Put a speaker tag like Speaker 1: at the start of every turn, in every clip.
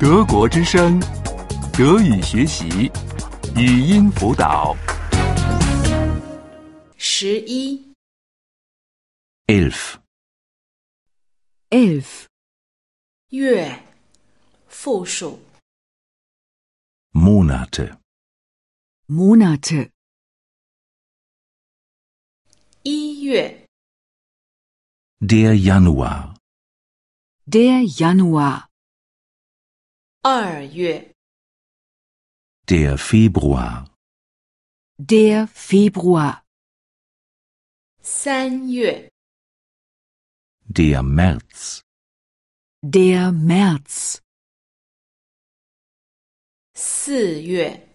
Speaker 1: 德国之声，德语学习，语音辅导。
Speaker 2: 十一
Speaker 3: elf,
Speaker 4: 11.
Speaker 2: 月复数
Speaker 3: Monate,
Speaker 4: Monate.
Speaker 2: 一月
Speaker 3: der Januar,
Speaker 4: Der Januar.
Speaker 2: 二月
Speaker 3: der Februar,
Speaker 4: Der Februar.
Speaker 2: 三月
Speaker 3: der März,
Speaker 4: Der März.
Speaker 2: 四月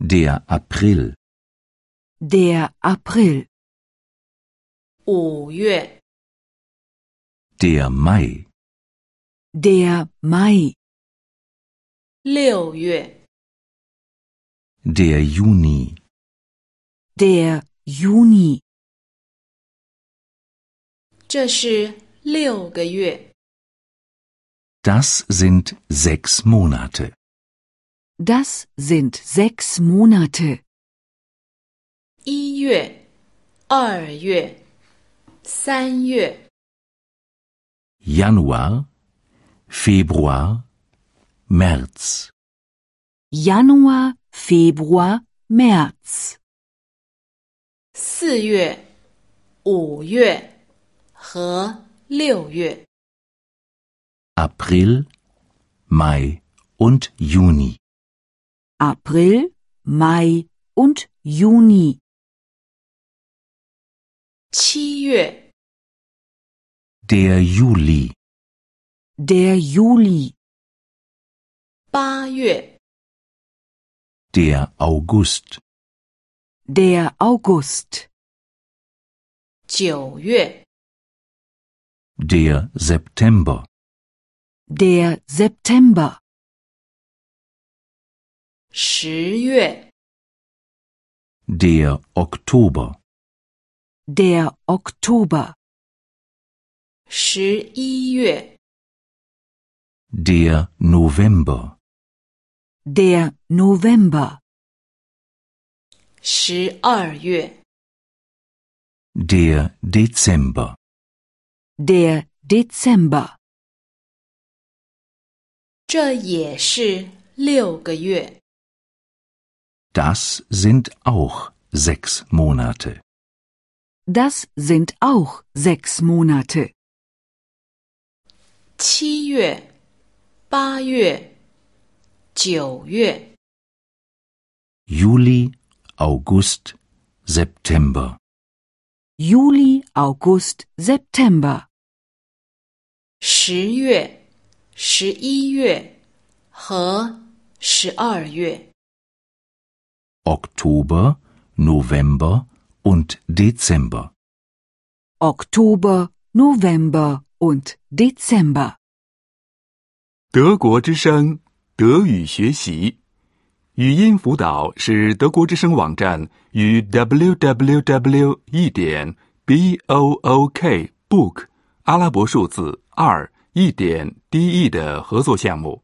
Speaker 3: der April,
Speaker 4: Der April.
Speaker 2: 五月
Speaker 3: der Mai,
Speaker 4: Der Mai.
Speaker 2: 六月
Speaker 3: der Juni,
Speaker 4: Der Juni.
Speaker 2: 这是六个月
Speaker 3: das sind sechs Monate.
Speaker 4: Das sind sechs Monate.
Speaker 2: 一月二月三月
Speaker 3: Januar, Februar, März,
Speaker 4: Januar, Februar, März.
Speaker 2: 四月五月和六月。
Speaker 3: April, Mai und Juni.
Speaker 4: April, Mai und Juni.
Speaker 2: 七月
Speaker 3: Der Juli,
Speaker 4: Der Juli.
Speaker 2: 八月
Speaker 3: der August,
Speaker 4: Der August.
Speaker 2: 九月
Speaker 3: der September,
Speaker 4: Der September.
Speaker 2: 十月
Speaker 3: der Oktober,
Speaker 4: Der Oktober.
Speaker 2: 十一月
Speaker 3: der November,
Speaker 4: Der November.
Speaker 2: 十二月
Speaker 3: der Dezember,
Speaker 4: Der Dezember.
Speaker 2: 这也是六个月。
Speaker 3: das sind auch sechs Monate.
Speaker 4: Das sind auch sechs Monate.
Speaker 2: 七月、八月、九月、
Speaker 3: Juli, August, September,
Speaker 4: Juli, August, September.
Speaker 2: 十月、十一月和十二月。
Speaker 3: Oktober, November und Dezember.
Speaker 4: Oktober, November und Dezember.
Speaker 1: 德国之声，德语学习，语音辅导是德国之声网站与 www. 一点 b o o k book 阿拉伯数字二一点 d e 的合作项目。